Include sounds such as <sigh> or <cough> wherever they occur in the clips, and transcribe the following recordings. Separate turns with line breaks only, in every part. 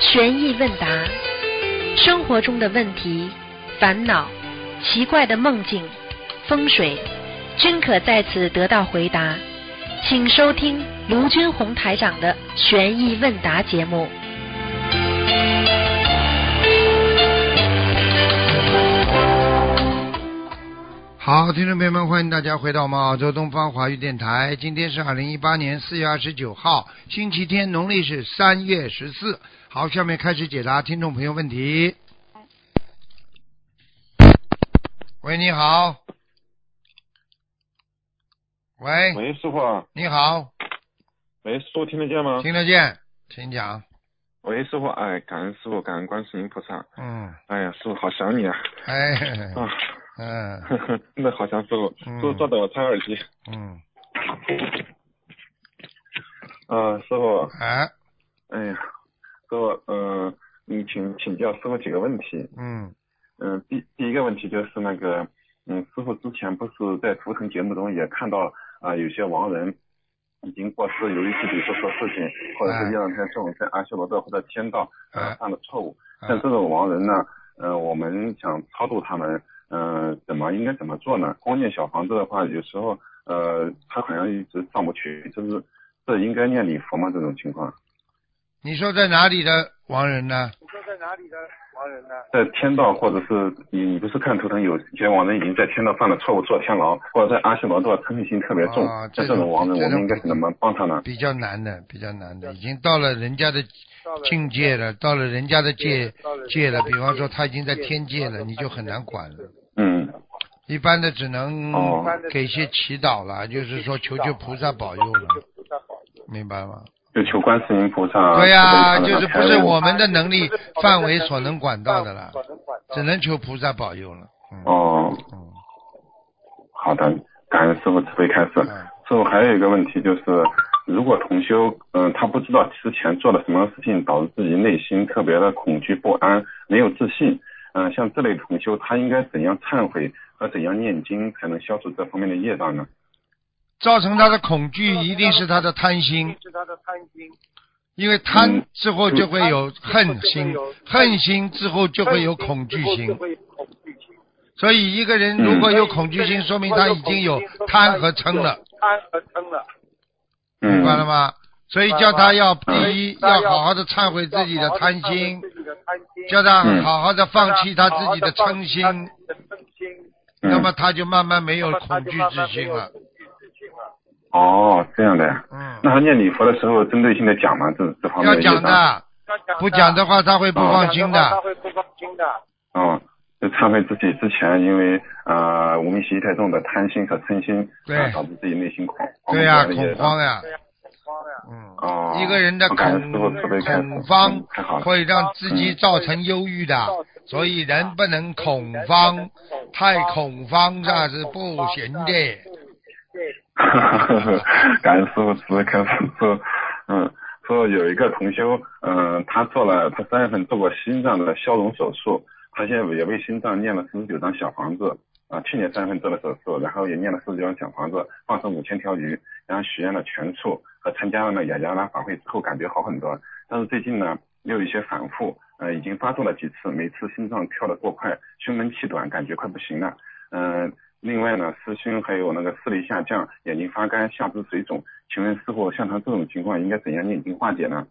悬疑问答，生活中的问题、烦恼、奇怪的梦境、风水，均可在此得到回答。请收听卢军红台长的悬疑问答节目。
好，听众朋友们，欢迎大家回到我们澳洲东方华语电台。今天是二零一八年四月二十九号，星期天，农历是三月十四。好，下面开始解答听众朋友问题。喂，你好。喂，
喂，师傅，啊
你好，
喂，师傅听得见吗？
听得见，请讲。
喂，师傅，哎，感恩师傅，感恩观世音菩萨。
嗯，
哎呀，师傅好想你啊！
哎， <laughs>
啊， <laughs>
嗯
呵呵真的好想师傅，
嗯
师傅坐等我插耳机。
嗯，
啊，师傅，
哎，
哎呀，师傅，嗯、嗯，请请教师傅几个问题。
嗯
嗯、第第一个问题就是那个，嗯，师傅之前不是在图腾节目中也看到啊、有些亡人已经过世，由于自己做错事情，或者
哎
是业障太重，在阿修罗道或者天道
哎
呃犯了错误。像
哎
这种亡人呢，呃，我们想超度他们，呃，怎么应该怎么做呢？光念小房子的话，有时候呃，他好像一直上不去，就是这应该念礼佛吗？这种情况，
你说在哪里的亡人呢？
在天道或者是你你不是看图腾有些亡人已经在天道犯了错误坐天牢，或者在阿修罗道嗔恨心特别重，
啊
像
这
这
种
种亡人，
这
我
种
们应该怎么帮他呢？
比较难的，比较难的，已经到了人家的境界了，到了人家的界界了。比方说他已经在天界了，你就很难管了。
嗯，
一般的只能
哦
给一些祈祷了，就是说求求菩萨保佑了，明白吗？
就求观世音菩萨。
对呀、
慈悲
就
观
是不
世音菩萨
是
开悟
我们的能力范围所能管到的了，只能求菩萨保佑了。嗯
哦，
嗯
好的，感恩师傅慈悲开示。
嗯
最后还有一个问题就是，如果同修，嗯、他不知道之前做了什么事情导致自己内心特别的恐惧不安，没有自信，嗯、像这类同修，他应该怎样忏悔和怎样念经才能消除这方面的业障呢？
造成他的恐惧一定是他的贪心，
是他的贪心，
因为贪
嗯
之后就会有恨心
嗯，
恨心之后就会有嗯恐惧
之后
心
就。会有恐惧心。
所以一个人如果有恐惧心，说明他已经有贪和嗔了，，
贪和嗔了，
嗯
明，白了吗？所以叫他要
嗯
第一要好好的忏悔自己的贪心
要好好地忏悔，自己的贪心，
叫他
嗯
好好的放弃他自己的嗔
好好
心
地，放弃他自己的嗔心，
嗯
那么他就慢慢没有
那么他
恐
就
惧
慢
之啊
慢没
心
有
了。
恐惧之心了。
哦，这样的呀。
嗯，
那他念礼佛的时候，针对性的讲吗？这这方面
要
的业障
讲的，
要讲
不讲的话他会不
哦
放心
他
的。
会不放心的。
哦，就忏悔自己之前因为呃无名习气太重的贪心和嗔心，
对
呃导致自己内心恐
对呀、
恐
恐
慌
慌呀、
对呀，恐慌呀，
嗯，
哦，
啊一个人的
我感
恐
恩师傅慈悲开示
恐慌
嗯太好了。
会让自己造成忧郁的，所以人不能恐慌，太恐慌那是不行的。
对，
<laughs> 感恩师傅慈悲开示说，嗯，说有一个同修，嗯、他做了，他三月份做过心脏的消融手术，他现在也为心脏念了四十九张小房子。啊，去年三月份做了手术，然后也念了四十九张小房子，放生五千条鱼，然后许愿了全素和参加了那雅加拉法会之后，感觉好很多。但是最近呢，又有一些反复，呃，已经发作了几次，每次心脏跳得过快，胸闷气短，感觉快不行了。嗯、另外呢，师兄还有那个视力下降、眼睛发干、下肢水肿，请问师傅，像他这种情况应该怎样念经化解呢？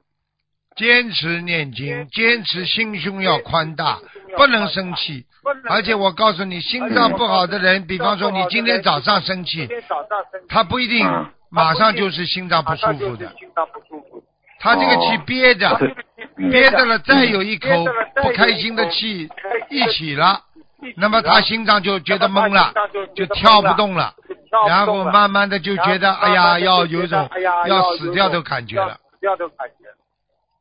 坚持念经，坚持心胸要宽大，不能生气。
不能
而且我告诉你，心脏不好的人，比方说你今天早上生
今
气，
天早上生气，
他不一定
嗯
马上就是心脏不
马
舒
上
服
就是
的，
心脏不舒服。
他这个气憋着，
对，嗯
憋着了，再有一口
憋着了再有一口
不开心的气一起了，
一起
那么他心脏就觉得懵了，
那么他心脏
就
就
跳不
觉得
动了，
就跳不动了，
然后慢慢的就觉得
然后
哎
慢
呀，
慢地
要
就觉
有一种
得哎呀要
要死掉的感觉
要
了。
死掉的感觉。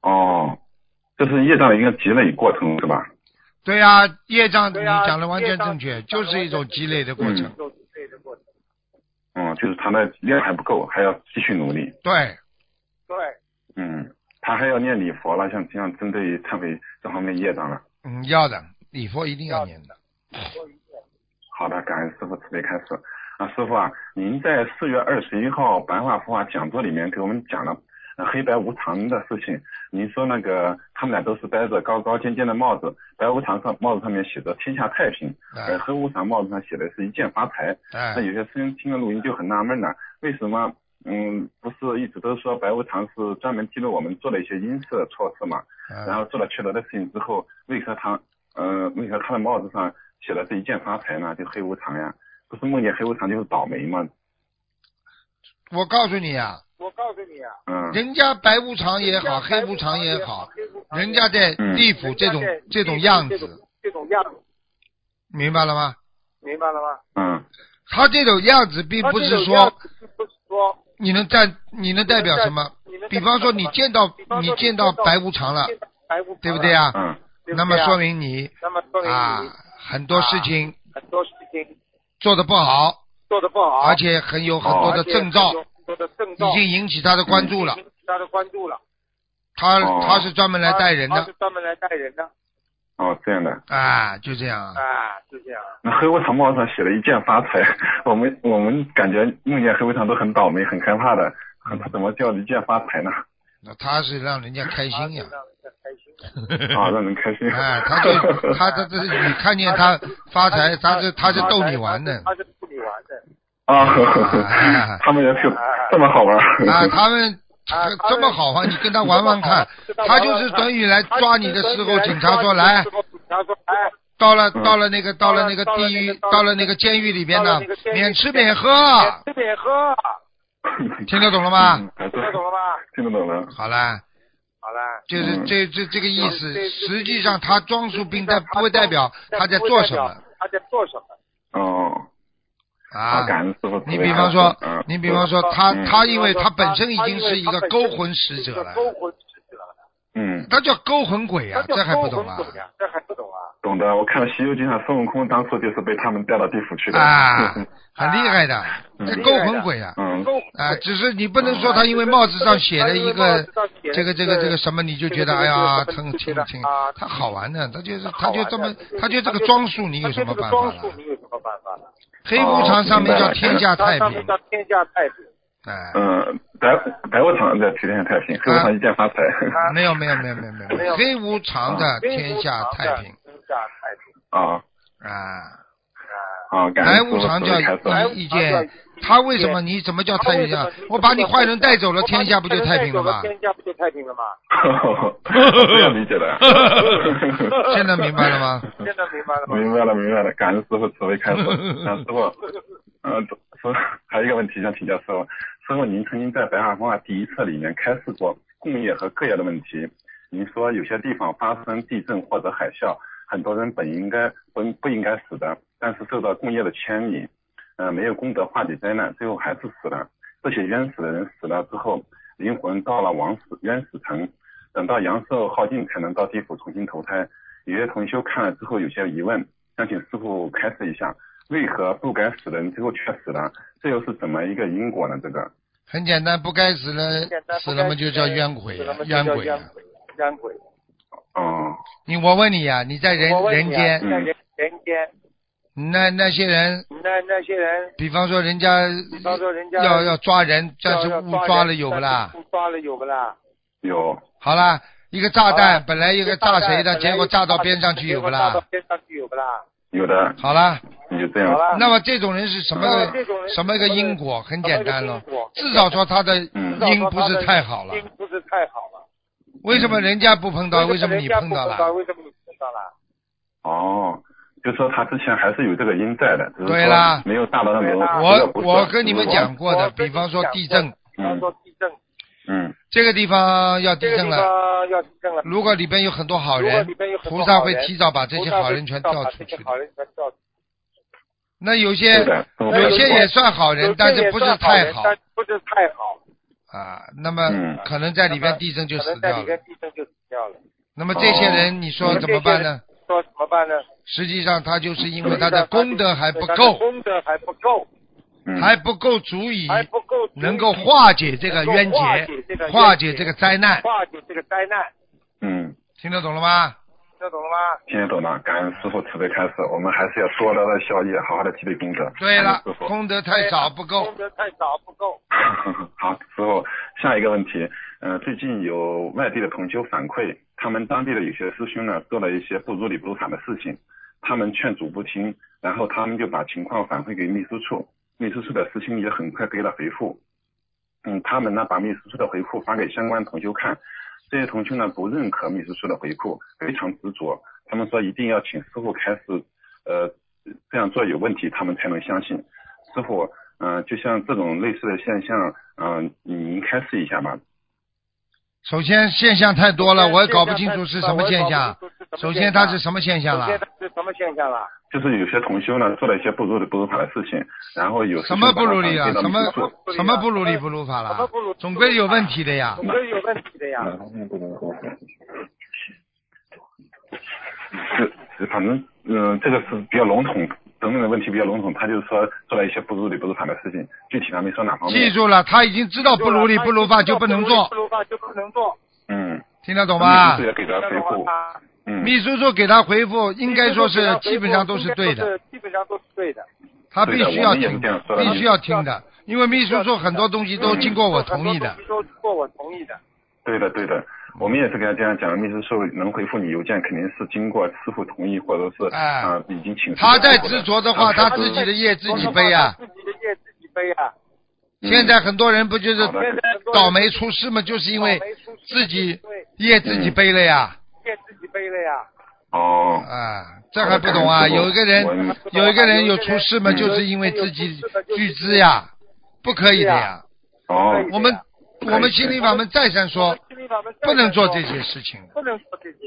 哦，这是业障的一个积累过程是吧？
对呀、业障你
对呀
讲的完全
业障
正确，
讲得
就是一种
完全
积累的过程。
嗯
都是对的过程。
嗯，就是他的量还不够，还要继续努力。
对，
对，
嗯，他还要念礼佛了，像像针对忏悔这方面业障了。
嗯，要的，礼佛一定要念的。
说一遍
好的，感恩师傅慈悲开示。啊，师傅啊，您在四月二十一号白话佛法讲座里面给我们讲了，呃黑白无常的事情。您说那个他们俩都是戴着高高尖尖的帽子，白无常上帽子上面写着“天下太平”，
哎
呃，黑无常帽子上写的是一键发财。那
哎
有些听听了录音就很纳闷了，为什么？嗯，不是一直都说白无常是专门记录我们做了一些阴色措施嘛？然
哎，
后做了缺德的事情之后，为何他，呃，为何他的帽子上写的是一键发财呢？就黑无常呀，不是梦见黑无常就是倒霉吗？
我告诉你啊，
我告诉你啊，
嗯，
人家白无常也好，
人家白
黑无常也好，
黑无常也好
人家在
嗯
地府这种
人家在
这种样
这
子，
种这种样子，
明白了吗？
明白了吗？
嗯，
他这种样子并
他
不
这
是
种样
说
子并不是说
你能代你能代表什么？
你们
比方说你见到
比方
你
说
见
你
到
见到
白无常了，
白无常
对不对？啊？
嗯，
对不对啊
那么说明你
那么说明
啊
你
很多事情
很多事情
做的不好，
做的不好，
而且很有很多的
哦而且
征兆，
有嗯很多的征兆
已经引起他的关注了
已。经引起他的关注了，
他
哦
他是专门来带人
他他
的
啊是专门来带人的
哦，这样的。
啊，就这样啊。
啊，是这样啊。
那黑无常帽上写了一键发财， <laughs> 我们我们感觉梦见黑无常都很倒霉，很害怕的，他怎么叫一键发财呢？
那他是让人家开心呀
啊，让人家开心
<laughs>
的。
啊，让人开心。
哎，他
<laughs>
就他他这是你看见他发财，他是他是逗你玩的
他是逗你玩的。
啊，呵呵啊他们也是这么好玩儿。
啊，他们
啊
这这么好玩，你跟他玩玩
<laughs>
看，
这么好
他
玩
就是等于来抓你的时候，警察说
他
来
就是，等于来抓你的时候警察说来，
到了
嗯
到了那个到了那个
到了
地狱
那个到了
到了那个监狱里边
到
呢
了那个，监狱
免吃
里边
免喝，
免吃免喝，
<laughs>
听得懂了吗？
嗯？
听得懂了吧？
听得懂了。
好啦，
好了，
就是
嗯
这这这个意
嗯
思。
对就是
实际上他装出病，但
实际上
不会代表他在做什么，
他在做什么？
哦。
啊。
感恩师傅慈悲。
你比方说
嗯，
你比方说
嗯
他
嗯
他因为他本身已经是一个勾魂使者
这
了
个，勾魂使者了，
嗯，
他叫勾魂鬼
他
啊，
叫
这还
勾
不懂
魂
啊？
鬼呀，这还不懂啊？
懂得。我看了《西游记》上，孙悟空当初就是被他们带到地府去的。
啊，很厉害的，
嗯
这勾魂鬼啊，
<laughs> 嗯，
勾魂鬼
啊，只是你不
嗯
能说他因为帽子上写了一个这个这个这个什么，你就觉得哎呀，很亲亲，
啊，
他好玩的，他就是
好
他
玩
就
的
这么
他就
他就这个
他就
装束，你有什么
他这
办
个
法
装束
了？
你哦有什么办法呢？
黑无常上面叫天下太
<laughs> 他上
平
面，叫天下太平。
哎，
嗯，白白无常在皮天太平，黑无常一键发财。
啊
没有没有没有没有没
没
有，啊
有
黑无常的天下太平
天下太平
<laughs> 啊
啊。
啊！
啊，感
白
恩师
无
傅
常
慈
叫
悲开示。啊
一意见，他为什么你怎么叫太平啊？我把你坏人带走了，天下不就太平了吗？
天下不就太平了吗？
<laughs> 这样理解的。
<laughs> 现在明白了吗？
嗯
现在明白了吗？
<laughs> 明白了，明白了，感恩师傅慈悲开示。 <laughs> 那师傅，呃，师傅还有一个问题想请教师傅，师傅您曾经在《白话文化第一册》里面开示过共业和各业的问题。您说有些地方发生地震或者海啸，很多人本应该不不应该死的，但是受到共业的牵引，呃，没有功德化解灾难，最后还是死了。这些冤死的人死了之后，灵魂到了枉死冤死城，等到阳寿耗尽才能到地府重新投胎。有些同修看了之后有些疑问，想请师傅开示一下，为何不该死的人最后却死了？这又是怎么一个因果呢？这个，
<laughs> 很简单，不该死了，死了嘛就叫冤鬼
死
啊
了嘛，就
冤
叫
鬼啊。
冤鬼，冤鬼。
哦，
你我问你呀、啊你在人
我问
人
你啊
间，
在人人间，
那那些人，
那那些人，
比方说人家
比方说人家
要要抓人，但是
要
误抓了有不
不
啦？
误抓了有不啦？啊
有，
好啦，一个炸
好
弹
啦
本来一个炸谁的，结果炸到边上去有不
结果炸
啦
到？边上去有不啦？
有的，
好啦，
你就这
好
样。
啦，
那么这种人是什么
那啊这种人
什么一个因果？很简单了
什么一个因果，
至少说他的
嗯
因不是太好了。
因不是太好了。
为什么人家不碰到，为什么你
人家
碰
不
到
碰到
了？
为什么你碰到了？
哦，就说他之前还是有这个因在的，只是
对啦
说没有大到那种。
我我跟你们讲过
过，
的，
啊我跟
比
你
方说
讲
地
过
震，
比方说地震，
嗯，
这个地方要地
这个
震
地
了，
方要地震了。
如果里边有很多好
如果
人
里边有，很多
菩萨
好
会
人
提早把这些
菩萨
好
会
人全
知道
调
把
出
这些
去的
好人全调出去。
那有些
对的，我
哎有
跟你
些
说
也算好人，但是不是太好
但不是太好，
啊。那么
嗯
可能在里边地震就
可
死
能在
掉了
里嗯面。地震就死掉了。
那么这些人，你说怎么办呢？
说怎么办呢？
实际上他就是因为
实际
他
上
的
他
功德还不
他的
够，
功德还不够，
嗯
还不够足以
还不够足以
能够化解这个冤
能够化解
结
这个，冤
化解这
结
个灾难。
化解这个灾难。
嗯
听得懂了吗？
听听懂了吗？
听得懂吗？感恩师傅慈悲开示，我们还是要多聊聊宵夜，好好的积累功德。
对了
感
嗯
恩师，傅
功德太少不够
功。德太少不够。
<laughs> 好，师傅，下一个问题，呃，最近有外地的同修反馈，他们当地的有些师兄呢做了一些不如理不如法的事情，他们劝阻不听，然后他们就把情况反馈给秘书处，秘书处的师兄也很快给了回复，嗯，他们呢把秘书处的回复发给相关同修看，这些同修呢不认可秘书处的回复，非常执着，他们说一定要请师傅开始，呃，这样做有问题，他们才能相信。师傅，嗯、就像这种类似的现象，嗯、您开示一下吧。
首先现象太多了，
现
我也搞不清楚
太
是
少
什么
我也
现
搞不
象。
清楚
首
什么
先
现
它
象
是什么现象
首
了
先？它是什么现象了？
就是有些同修呢做了一些不如理不如法的事情，然后有
什么不如理
理
啊？什么
不如理啊
什么不如理不如法
什么
了
不如理？
总归有问题的呀
总。归有问题的呀。
嗯
是，反正嗯、这个是比较笼统，等等的问题比较笼统。他就是说做了一些不如理不如法的事情，具体他没说哪
嗯
方面。
记住了，他已经知道不如理不如法就不能做
不，如法就不能做，
嗯，
听得懂
吧？
吗
秘书？也给他回复，嗯，
秘书处给他回复，应该说是基本上都是对的，，
基本上都是对的。
他必须要
对的我们也是
听
这样说的
必须要听的，因为秘书处很多东西都经过我同意的
很。多东西都过我同意的。
对的对的。我们也是给他这样讲，秘书说能回复你邮件，肯定是经过师傅同意，或者是
哎
啊、已经请示
他在
过的
执着的话他
确
自
实
己的业自己背啊
自己的业自己背啊。
嗯
现在很多人不就是
好的
现在很多人
倒霉出事嘛，就是因为
倒霉出事
自己
对
业自己背了呀，
业自己背了呀。
哦，
啊，这还不懂啊？
好的
有一个人
我
有一个人有出事嘛，
嗯
就是因为自己
有出事的就是
巨资呀，不可以的
是
呀
啊。
哦，
我们
可以
我们心灵法门再三说，
心里把门
不能做这些事情。
不能做这些。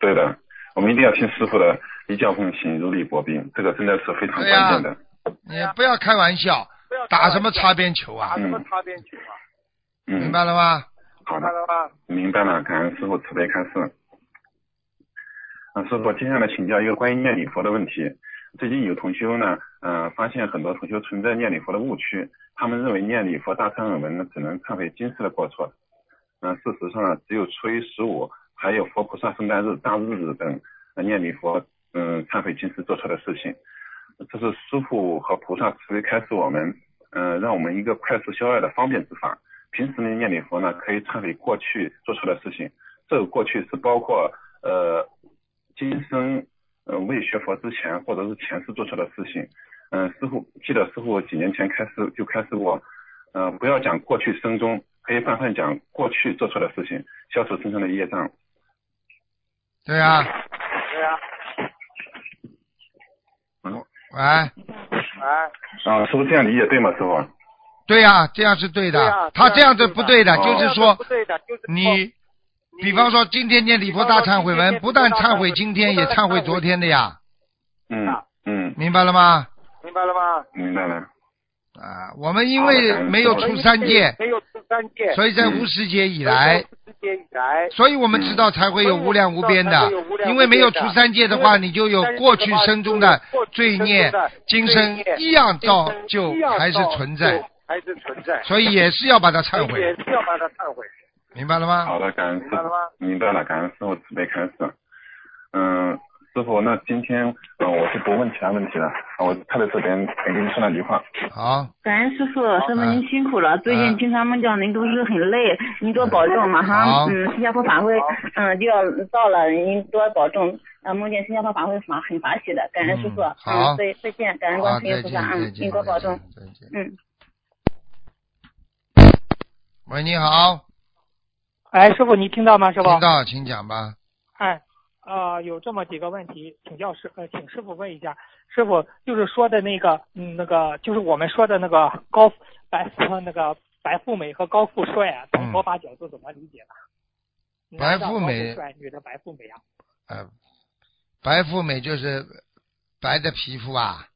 对的，我们一定要听师傅的，一教奉行，如履薄冰，这个真的是非常
对呀
关键的。
你不要开玩笑，
不要
打什么擦边球
打
啊？
什么擦边球啊？
嗯，
明白了吗？
好
明
的
白，了吗？
明白了，感恩师傅慈悲开示。啊，师傅，接下来请教一个关于念礼佛的问题。最近有同修呢，呃，发现很多同修存在念礼佛的误区，他们认为念礼佛大忏悔文呢，只能忏悔今世的过错。嗯、事实上呢，只有初一十五，还有佛菩萨圣诞日、大日子等，呃念礼佛，嗯、忏悔今世做错的事情。这是师傅和菩萨慈悲开示我们，嗯、让我们一个快速消业的方便之法。平时呢念礼佛呢，可以忏悔过去做错的事情，这个过去是包括呃今生呃未学佛之前或者是前世做错的事情。嗯、师傅记得师傅几年前开始就开始过，呃，不要讲过去生中，可以泛泛讲过去做错的事情，消除身上的业障。
对啊，
嗯
对呀、
哎，
哎，
嗯啊，师傅这样理解对吗？师傅？
对呀，这样是对
对
的
呀。
他
这
这
样
样是
是
不
的
对的，就
哦
是
这样
说
不哦对的，就是说
你，比方说今天念礼佛大忏悔
哦
文，不但忏悔今天，也忏悔昨天的呀，
嗯嗯，
明白了吗？
明白了吗？
明白了。
啊，我们因
哦
为没有出三界，
没有出三界，
所以在
嗯
无始劫以来，
世界以来，
所以我们知道才会有无量无边的
嗯所以我们知道才会有无量无边，的
因为没有除三界的话，
因为
你就有过去生中的罪孽
过去生中的，
今生一样照旧还是存在，，
还是存在，
所以也是要把它忏
也
悔，
是要把它忏悔，
明白了吗？
好的，感恩师
明白了吗
傅，明白了，感恩师傅慈悲开示。嗯，师傅，那今天嗯、呃我是不问其他问题了，啊我特别是连给您说那句话，
好，
感恩师傅，师傅您辛苦了。最
嗯
近经常梦见您都是很累，您多保重。马上
好
嗯，新加坡法会
好
嗯就要到了，您多保重。啊，梦见新加坡法会法很法喜的，感恩师傅。
嗯好
嗯，再再见，感恩
好，
观世
再
音
见，
菩萨啊
再，
您
见，
多保
再
重
见。，再见。
嗯。
喂，你好，
哎，师傅，你听到吗？师傅，
听到，请讲吧。
哎，呃，有这么几个问题，请教师呃，请师傅问一下。师傅就是说的那个，嗯，那个就是我们说的那个高白富那个白富美和高富帅啊，从佛法角度怎么理解呢？
嗯白
男的
富美
高富帅，女的白富美啊。
呃，白富美就是白的皮肤啊，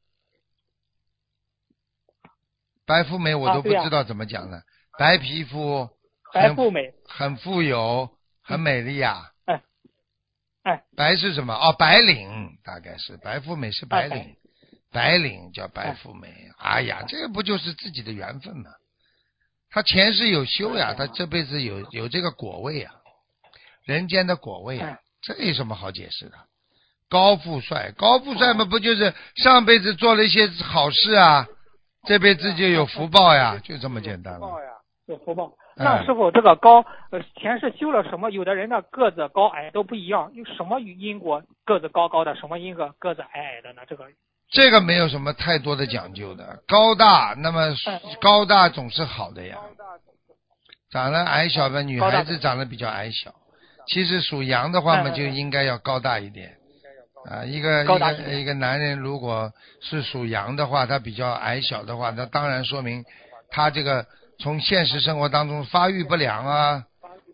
白富美我
啊
都不
对呀
知道怎么讲了，白皮肤很
白富美，
很富有，很美丽啊。
哎哎，
白是什么？哦，白领大概是白富美是白领，白领叫白富美。哎呀，这不就是自己的缘分吗？他哎啊前世有修呀，他这辈子有有这个果位呀，人间的果位呀。啊这有什么好解释的？高富帅，高富帅嘛，不就是上辈子做了一些好事啊，这辈子就有福报哎呀，啊就这么简单
有福报
了。
呀，有福报。
哎
那师傅，这个高，呃，前世修了什么？有的人的个子高矮都不一样，有什么因果个子高高的，什么因果个子矮矮的呢？这个
这个没有什么太多的讲究的，高大，那么
哎
高大总是好的呀。长得矮小的女
高大
孩子长得比较矮小，其实属羊的话嘛，
哎哎哎
就应该要高大一点。啊，一个一
高大一
个
点
一个男人如果是属羊的话，他比较矮小的话，那当然说明他这个从现实生活当中发育不良啊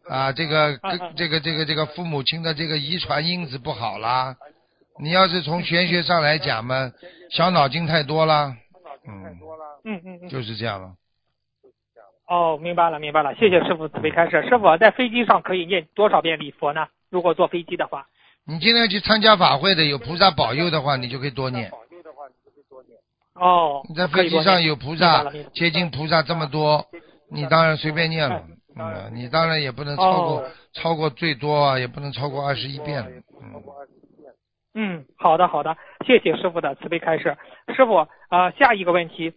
啊，这个
哎哎
这个这个这个父母亲的这个遗传因子不好啦。你要是从玄学上来讲嘛，小脑筋太多啦，嗯，
嗯嗯嗯。
就是这样了。
哦，明白了，明白了，谢谢师傅慈悲开示。师傅在飞机上可以念多少遍礼佛呢？如果坐飞机的话，
你今天去参加法会的，有菩萨保佑的话，你就可以多念。
哦，
你在
可
飞
以
机
多
上
念
有菩
明白
萨呃
了明白了
接近菩萨这么多，你当然随便念了。嗯，你当然也不能超过
哦
超过最多啊，也不能超过二十一遍了。嗯，
嗯，好的好的，谢谢师傅的慈悲开示。师傅啊、呃下一个问题，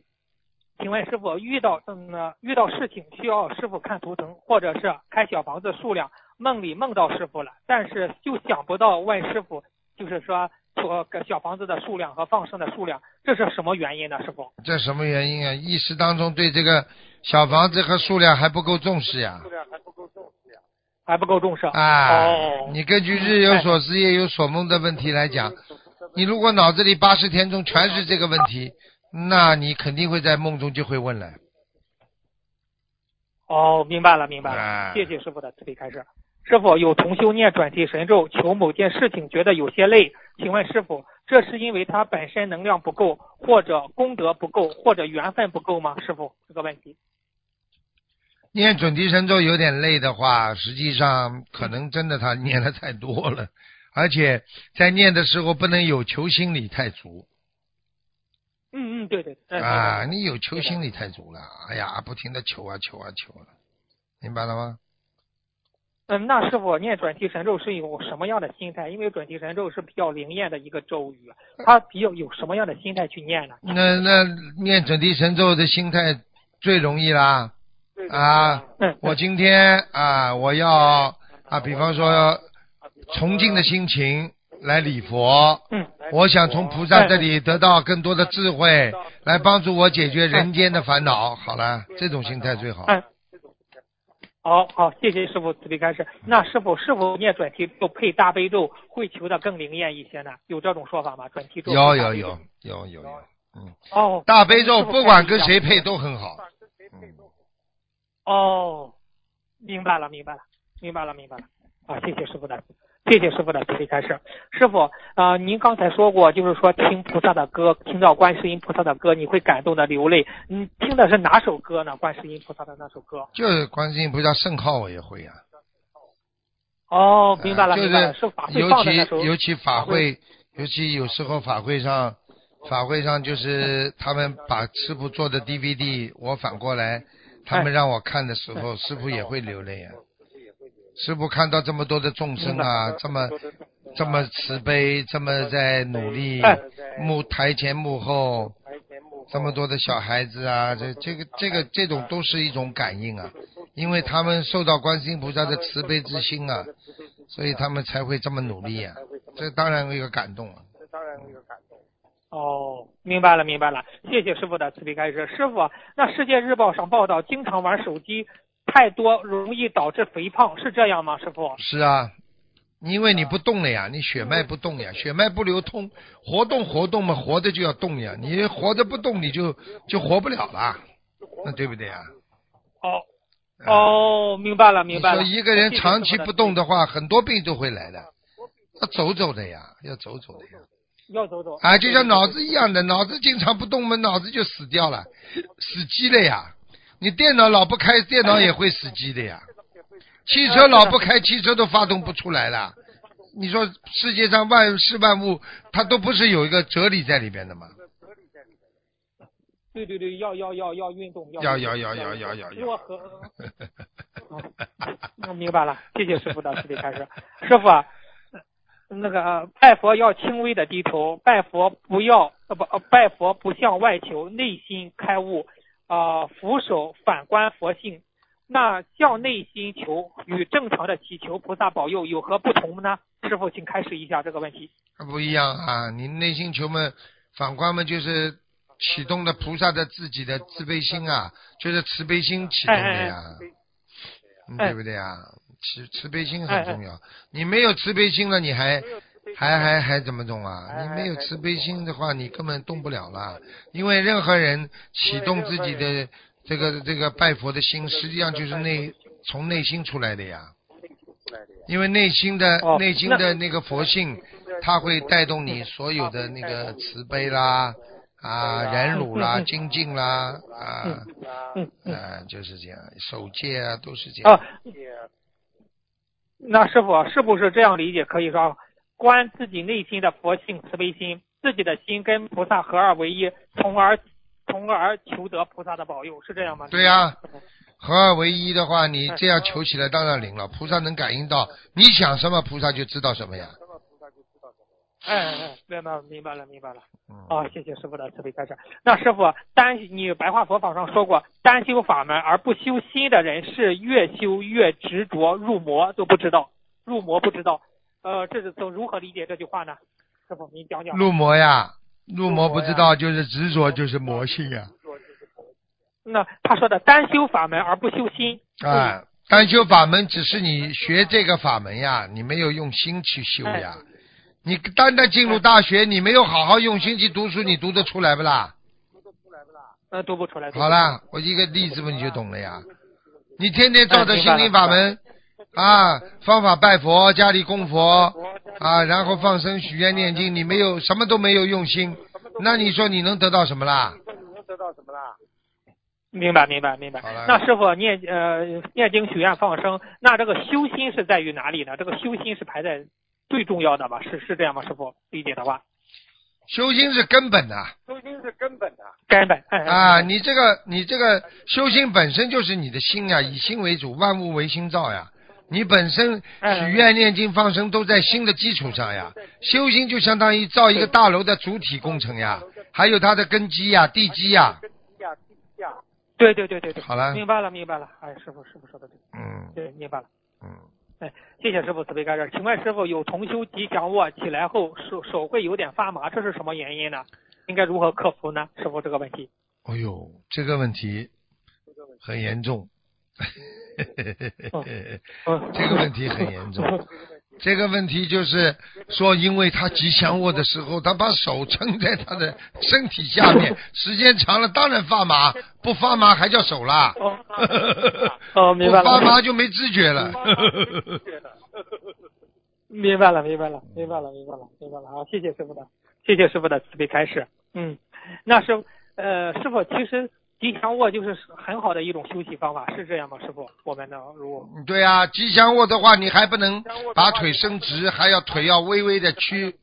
请问师傅遇到嗯、呃遇到事情需要师傅看图腾，或者是开小房子数量，梦里梦到师傅了，但是就想不到问师傅，就是说说小房子的数量和放生的数量，这是什么原因呢？师傅？
这什么原因啊？意识当中对这个小房子和数量还不够重视呀、
还不够重视
啊
哦，，嗯
你根据日有所思夜有所梦的问题来讲，你如果脑子里八十天中全是这个问题，那你肯定会在梦中就会问了。
哦，明白了，明白了，
哎
谢谢师傅的慈悲开示。师傅有同修念转提神咒，求某件事情觉得有些累，请问师傅，这是因为他本身能量不够，或者功德不够，或者缘分不够吗？师傅，这个问题。
念准提神咒有点累的话，实际上可能真的他 <laughs> 念的太多了，而且在念的时候不能有求心理太足
嗯嗯，对对。嗯
啊，，
对对
你有求心理太足了，哎呀，不停的求啊求啊求啊，明白了吗？
嗯，那师傅念转提神咒是有什么样的心态？因为转提神咒是比较灵验的一个咒语，啊他比较有什么样的心态去念呢？
那那念准提神咒的心态最容易啦啊！
嗯，
我今天啊，我要啊，比方说崇敬的心情来礼佛，
嗯，
我想从菩萨这里得到更多的智慧，来帮助我解决人间的烦恼。好了，这种心态最好。
嗯，好好，谢谢师傅慈悲开示。那师傅是否念转题咒配大悲咒会求的更灵验一些呢？有这种说法吗？转题咒
有
配大
有
悲咒
有有有有，
哦，
大悲咒
师父
不管跟
开示一
谁
下
配都很好。嗯
哦，明白了明白了明白了明白了啊！谢谢师傅的，谢谢师傅的慈悲开示。师傅啊、呃您刚才说过，就是说听菩萨的歌，听到观世音菩萨的歌，你会感动的流泪。你听的是哪首歌呢？观世音菩萨的那首歌？
就是观世音菩萨圣号我也会啊。
哦，明白了，
呃就
明白了，
是
是法会
尤
放的那首
其尤其法会，尤其有时候法会上，法会上就是他们把师傅做的 DVD 我反过来，他
哎
们让我看的时候，师傅也会流泪
<laughs>
啊。师傅看到这么多的众生啊，这么这么慈悲，这么在努力
哎，
幕台前幕后，
啊
这么多的小孩子啊，这这个这个这种都是一种感应啊，因为他们受到观世音菩萨的慈悲之心啊，所以他们才会这么努力啊呀、这当然有一个感动啊。
哦，明白了，明白了，谢谢师傅的慈悲开示。师傅，那《世界日报》上报道，经常玩手机太多，容易导致肥胖，是这样吗？师傅？
是啊，因为你不动了呀，你血脉不动呀，血脉不流通，活动活动嘛，活着就要动呀，你活着不动你就就活不了啦，那对不对呀、
哦，
啊？
哦，明白了，明白了。
你说一个人
谢谢
长
师
期
傅的
不动的话，很多病都会来的，要走走的呀，要走走的呀。
要走走。
啊，就像脑子一样的，脑子经常不动嘛，脑子就死掉了，死机了呀。你电脑老不开，电脑也会死机的呀。汽车老不开，汽车都发动不出来了。你说世界上万事万物，它都不是有一个哲理在里边的吗？
对对对，要要要要运动，
要
要哦
要要要要要要 <laughs>
我和。嗯明白了，谢谢师傅的慈悲开示。师傅啊，那个拜佛要轻微的低头，拜佛不要呃不呃拜佛不向外求，内心开悟，啊、俯首反观佛性。那向内心求与正常的祈求菩萨保佑有何不同呢？师傅，请开始一下这个问题。
那不一样啊！你内心求嘛，反观嘛，就是启动了菩萨的自己的慈悲心啊，就是慈悲哎心启动的呀，嗯
哎
对不对啊？慈慈悲心
哎
很
哎
重要，你没有慈悲心了，你还还还还怎么动啊？
还
你
还
没有
还
慈
怎么
悲
动
心的话，你根本动不了了，因为任何人启动自己的这个这个拜佛的心，实际上就是内从内心出来的呀。因为内心的、
哦
内心
那
的那个佛性，它会带动你所有的那个慈悲啦、啊忍辱啦、 <laughs>
嗯嗯
精进啦、啊
嗯嗯。
啊就是这样，守戒啊都是这样。
啊，那师傅是不是这样理解？可以说，啊观自己内心的佛性、慈悲心，自己的心跟菩萨合二为一，从而从而求得菩萨的保佑，是这样吗？
对呀合二为一的话，你这样求起来当然灵了，菩萨能感应到你想什么，菩萨就知道什么呀。
哎哎哎，明白了，明白了，明白了。
嗯，
啊，谢谢师傅的慈悲开示。那师傅，单你白话佛法上说过，单修法门而不修心的人，是越修越执着，入魔都不知道，入魔不知道。呃，这是从如何理解这句话呢？师傅，您讲讲。
入魔呀，入魔不知道就是执着，就是魔性呀。
那他说的单修法门而不修心，
啊，单修法门只是你学这个法门呀，你没有用心去修呀。你单单进入大学，你没有好好用心去读书，你读得出来不啦？
呃，读不出来。读不
好，
出来
啦，我一个例子嘛，你就懂了呀。你天天照着心灵法门啊，方法拜佛，家里供佛啊，然后放生、许愿、念经，你没有什么都没有用心，那你说你能得到什么啦？
明白明白明白
好了。
那师傅念呃念经许愿放生，那这个修心是在于哪里呢？这个修心是排在最重要的吧？是是这样吗？师傅理解的话，
修心是根本的、
修心是根本的，
根本哎哎
啊，你这个你这个修心本身就是你的心呀，以心为主，万物为心造呀。你本身
嗯
许愿、念经、放生都在心的基础上呀。修心就相当于造一个大楼的主体工程呀，还有它的根基呀、地基呀。
对对对对对，
好了，
明白了明白了。哎，师傅师傅说的对，
嗯
对明白了。
嗯，
哎，谢谢师傅慈悲开示。请问师傅，有同修吉祥卧起来后手手会有点发麻，这是什么原因呢？应该如何克服呢？师傅这个问题。
哎呦，这个问题很严重，
哦
这个问题很严重。这个问题就是说，因为他吉祥卧的时候，他把手撑在他的身体下
<laughs>
面，时间长了当然发麻，不发麻还叫手啦。
哦哦，
不
明白
发麻
了，
就没知觉了。
明白了，明白了，明白了，明白了，明白了。好，谢谢师傅的，谢谢师傅的慈悲开示。嗯，那师傅呃，师傅其实吉祥卧就是很好的一种休息方法，是这样吗？师傅，我们呢，如果
对啊，吉祥卧的话，你还不能把腿伸直，还要腿要微微的屈，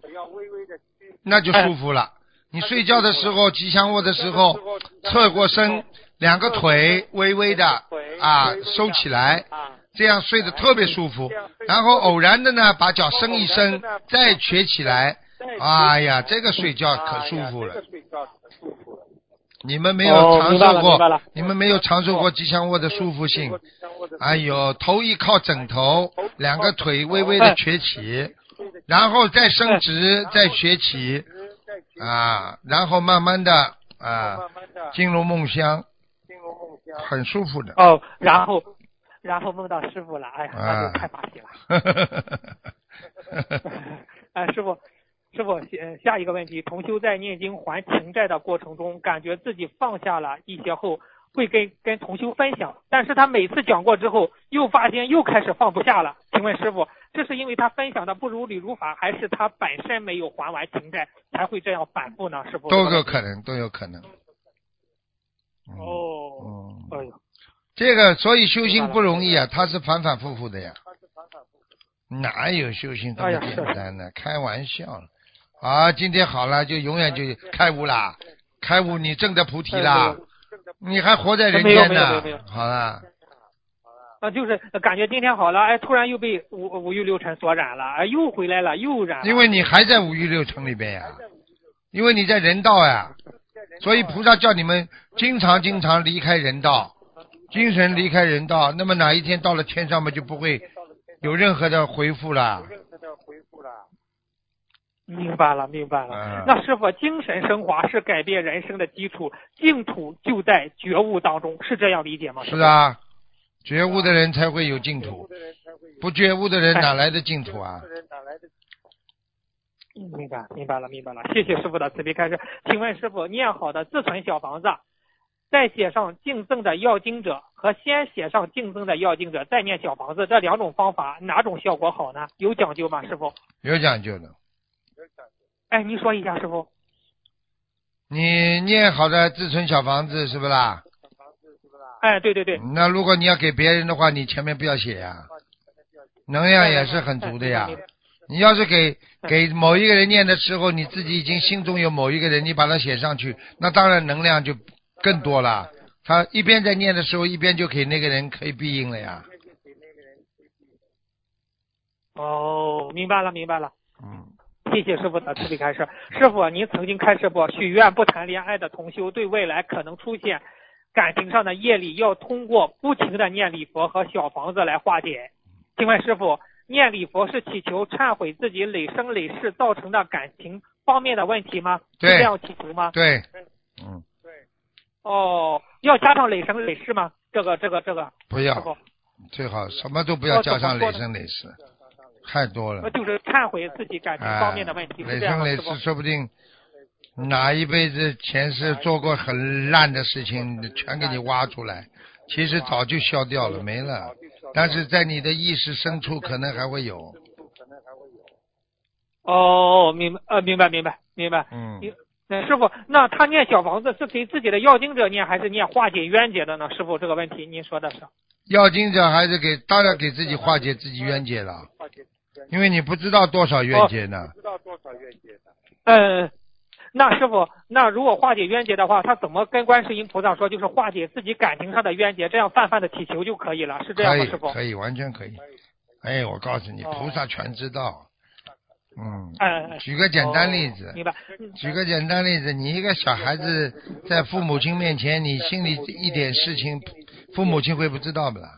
那就舒服了。你睡觉的时候，吉祥卧的时候，侧过身，两个腿微微的啊收起来，
啊
这样睡得特别舒服。然后偶然的呢，把脚伸一伸，再瘸起来。哎呀，这个睡觉可舒服
哎
啊
了。你们没有
哦
尝
明白
受
了
过
明白了，哦
你们没有尝受过吉祥卧的舒服性。哎呦，头一靠枕头，两个腿微微的瘸起，然后再伸直，再瘸起，啊，然后慢慢的啊，进入梦乡，很舒服
<laughs>
的。 <laughs>
哦，然后然后梦到师傅了，哎呀，那就太霸气了。 <laughs> 哎，师傅，师傅，呃下一个问题，同修在念经还情债的过程中，感觉自己放下了一些后，会跟跟同修分享，但是他每次讲过之后，又发现又开始放不下了。请问师傅，这是因为他分享的不如理如法，还是他本身没有还完情债才会这样反复呢？师傅，
都有可能，都有可能。嗯
哦，
嗯，
哎呦，
这个所以修心不容易啊，他是反反复复的呀。哪有修行这么
哎呀
简
是
单呢？开玩笑了。啊，今天好了，就永远
哎
就开悟啦，开悟你证得菩提啦，你还活在人间
没有没有
呢
没有没有。
好啦，
啊，就是感觉今天好了，哎，突然又被五五欲六尘所染了，哎，又回来了，又染了。
因为你还在五欲六尘里边呀、因为你在人道呀、所以菩萨叫你们经常经常离开人道，
嗯
精神离开人道，那么哪一天到了天上嘛就不会有任何的回复了。
明白了，明白了。
嗯
那师傅，精神升华是改变人生的基础，净土就在觉悟当中，是这样理解吗？
是，啊，觉悟的人才会有净土，不觉悟的人哪来的净土啊？
明白，明白了，明白了。谢谢师傅的慈悲开示。请问师傅，念好的自存小房子，再写上敬赠的要经者和先写上敬赠的要经者，再念小房子，这两种方法哪种效果好呢？有讲究吗，师傅？
有讲究的。
哎，您说一下，师傅。
你念好的自存小房子是不啦？
哎，对对对，
那如果你要给别人的话，你前面不要写呀、能量也是很足的呀。你要是给给某一个人念的时候，你自己已经心中有某一个人，你把它写上去，那当然能量就更多了。他一边在念的时候，一边就给那个人可以庇应了呀。
哦，明白了，明白了。
嗯，
谢谢师傅的慈悲开示。师傅，您曾经开示过，许愿不谈恋爱的同修，对未来可能出现感情上的业力，要通过不停的念礼佛和小房子来化解。请问师傅，念礼佛是祈求忏悔自己累生累世造成的感情方面的问题吗？
对
是这样祈求吗？
对，嗯，
哦，要加上累生累世吗？这个这个这个，
不
师
要
傅，
最好什么都不要加上累生累世，太多了
呃，。就是忏悔自己感情
啊，
方面的问题，是
累
这样
生
吗？
累
师傅
世，说不定哪一辈子前世做过很烂的事情，全给你挖出来，其实早就消掉了，没了。但是在你的意识深处，可能还会有。
哦，明白，呃，明白，明白，明白。
嗯，
那师傅，那他念小房子是给自己的要经者念，还是念化解冤结的呢？师傅，这个问题您说的是？
要经者还是给当然给自己化解自己冤结了，因为你不知道多少冤结
哦
呢。
嗯，那师傅，那如果化解冤结的话，他怎么跟观世音菩萨说？就是化解自己感情上的冤结，这样泛泛的祈求就可以了，是这样
可
吗？
以
师傅？，
可以，完全可以。哎，我告诉你，
哦
菩萨全知道。嗯，
<laughs> 嗯，
举个简单例子
哦，明白。嗯
举个简单例子，你一个小孩子在父母亲面前，你心里一点事情，父母亲会不知道不啦？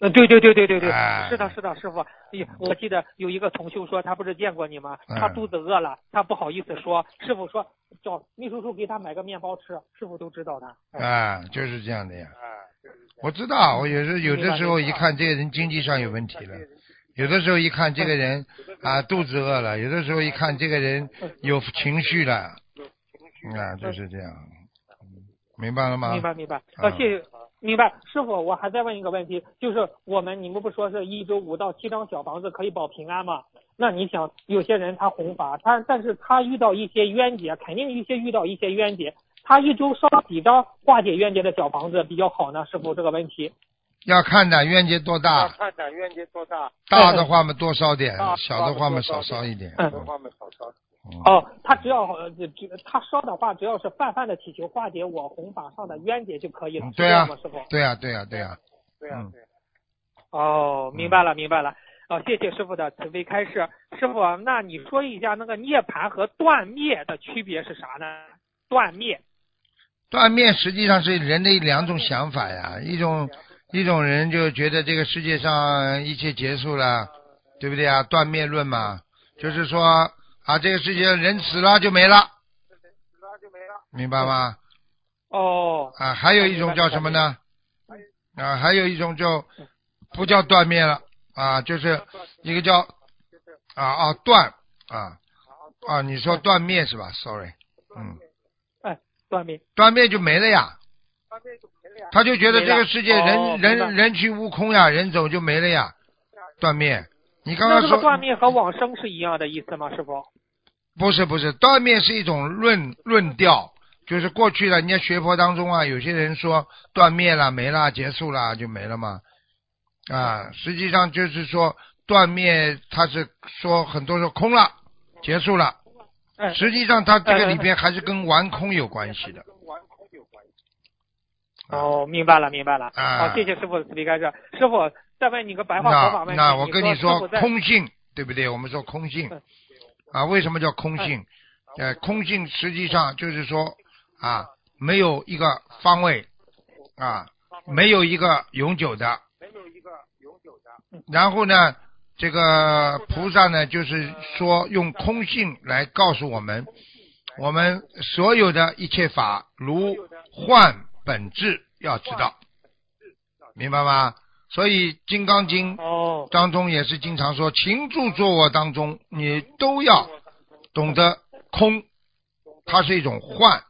嗯，对对对对对对，
哎
是的，是的，师傅。哎呀，我记得有一个同修说，他不是见过你吗？他
嗯
肚子饿了，他不好意思说。师傅说找秘书处给他买个面包吃，师傅都知道的。哎
啊，就是这样的呀。我知道，我有时有的时候一看这个人经济上有问题了，有的时候一看这个人啊肚子饿了，有的时候一看这个人有情绪了，啊，就是这样，明白了吗
明？白明白，呃，
嗯
谢谢。明白，师傅，我还再问一个问题，就是我们你们不说是一周五到七张小房子可以保平安吗？那你想，有些人他弘法，他但是他遇到一些冤结，肯定一些遇到一些冤结，他一周烧几张化解冤结的小房子比较好呢？师傅，这个问题。
要看的冤结多大，
看看冤结多大，
大的话嘛多烧点
嗯大，
哎小的话嘛少烧一点。
嗯
嗯
他们少烧。
哦，他只要呃只只他烧的话，只要是泛泛的祈求化解我弘法上的冤结就可以了，
嗯
是
对
这样
啊
吗，师傅？
对呀，对呀，对呀。
对呀、
嗯
对呀、
哦，明白了，明白了。哦，谢谢师傅的慈悲开示。师傅，啊那你说一下那个涅槃和断灭的区别是啥呢？断灭。
断灭实际上是人的两种想法呀，一种一种人就觉得这个世界上一切结束了，对不对啊？断灭论嘛，就是说啊，这个世界人死了就没了，明白吗？
哦，
啊，还有一种叫什么呢？啊，还有一种就不叫断灭了啊，就是一个叫啊啊断啊啊，你说断灭是吧？Sorry，嗯，
哎，断灭。
断灭就没了呀。他就觉得这个世界
没了
人、
哦明白
人人去屋空呀，人走就没了呀，断灭。你刚
那
刚
这个断
说
灭和往生是一样的意思吗，师傅？
不是不是，断灭是一种论论调，就是过去了，人家学佛当中啊，有些人说断灭了，没了，结束了就没了嘛。啊，实际上就是说断灭，他是说很多说空了，结束了。
哎，
实际上，它这个里边还是跟玩空有关系的。
哦，明白了，明白了。
啊
好，谢谢师傅的慈悲开示。师傅，再问你个白话佛法
那
问题。
那我跟你
你
说
师父，在
空性对不对？我们说空性
嗯
啊，为什么叫空性？呃，空性实际上就是说啊，没有一个方位啊，没有一个永久的。然后呢，这个菩萨呢，就是说用空性来告诉我们，我们所有的一切法如幻本质，要知道，明白吗？所以《金刚经》
哦，
当中也是经常说，行住坐卧当中，你都要懂得空，它是一种幻，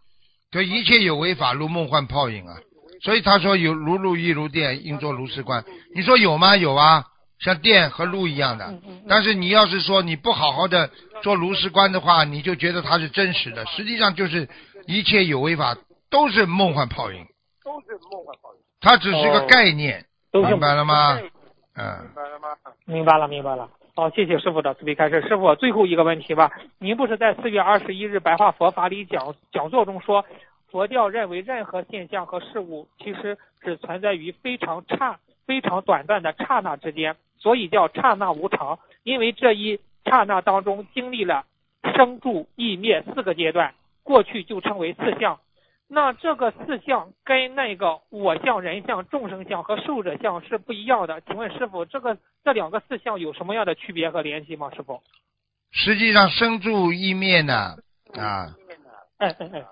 就一切有为法如梦幻泡影啊。所以他说有如露亦如电，应作如是观。你说有吗？有啊，像电和露一样的。但是你要是说你不好好的做如是观的话，你就觉得它是真实的，实际上就是一切有为法都是梦幻泡影，它只是一个
哦
概念，
都是
明白了吗？嗯。
明白了，明白了。好，谢谢师傅的慈悲开示。师傅，最后一个问题吧。您不是在四月二十一日白话佛法里讲讲座中说，佛教认为任何现象和事物其实只存在于非常差、非常短暂的刹那之间，所以叫刹那无常。因为这一刹那当中经历了生住意灭四个阶段，过去就称为四相。那这个四相跟那个我相、人相、众生相和受者相是不一样的。请问师傅，这个这两个四相有什么样的区别和联系吗？师傅？
实际上生住意灭呢，啊，
哎哎哎，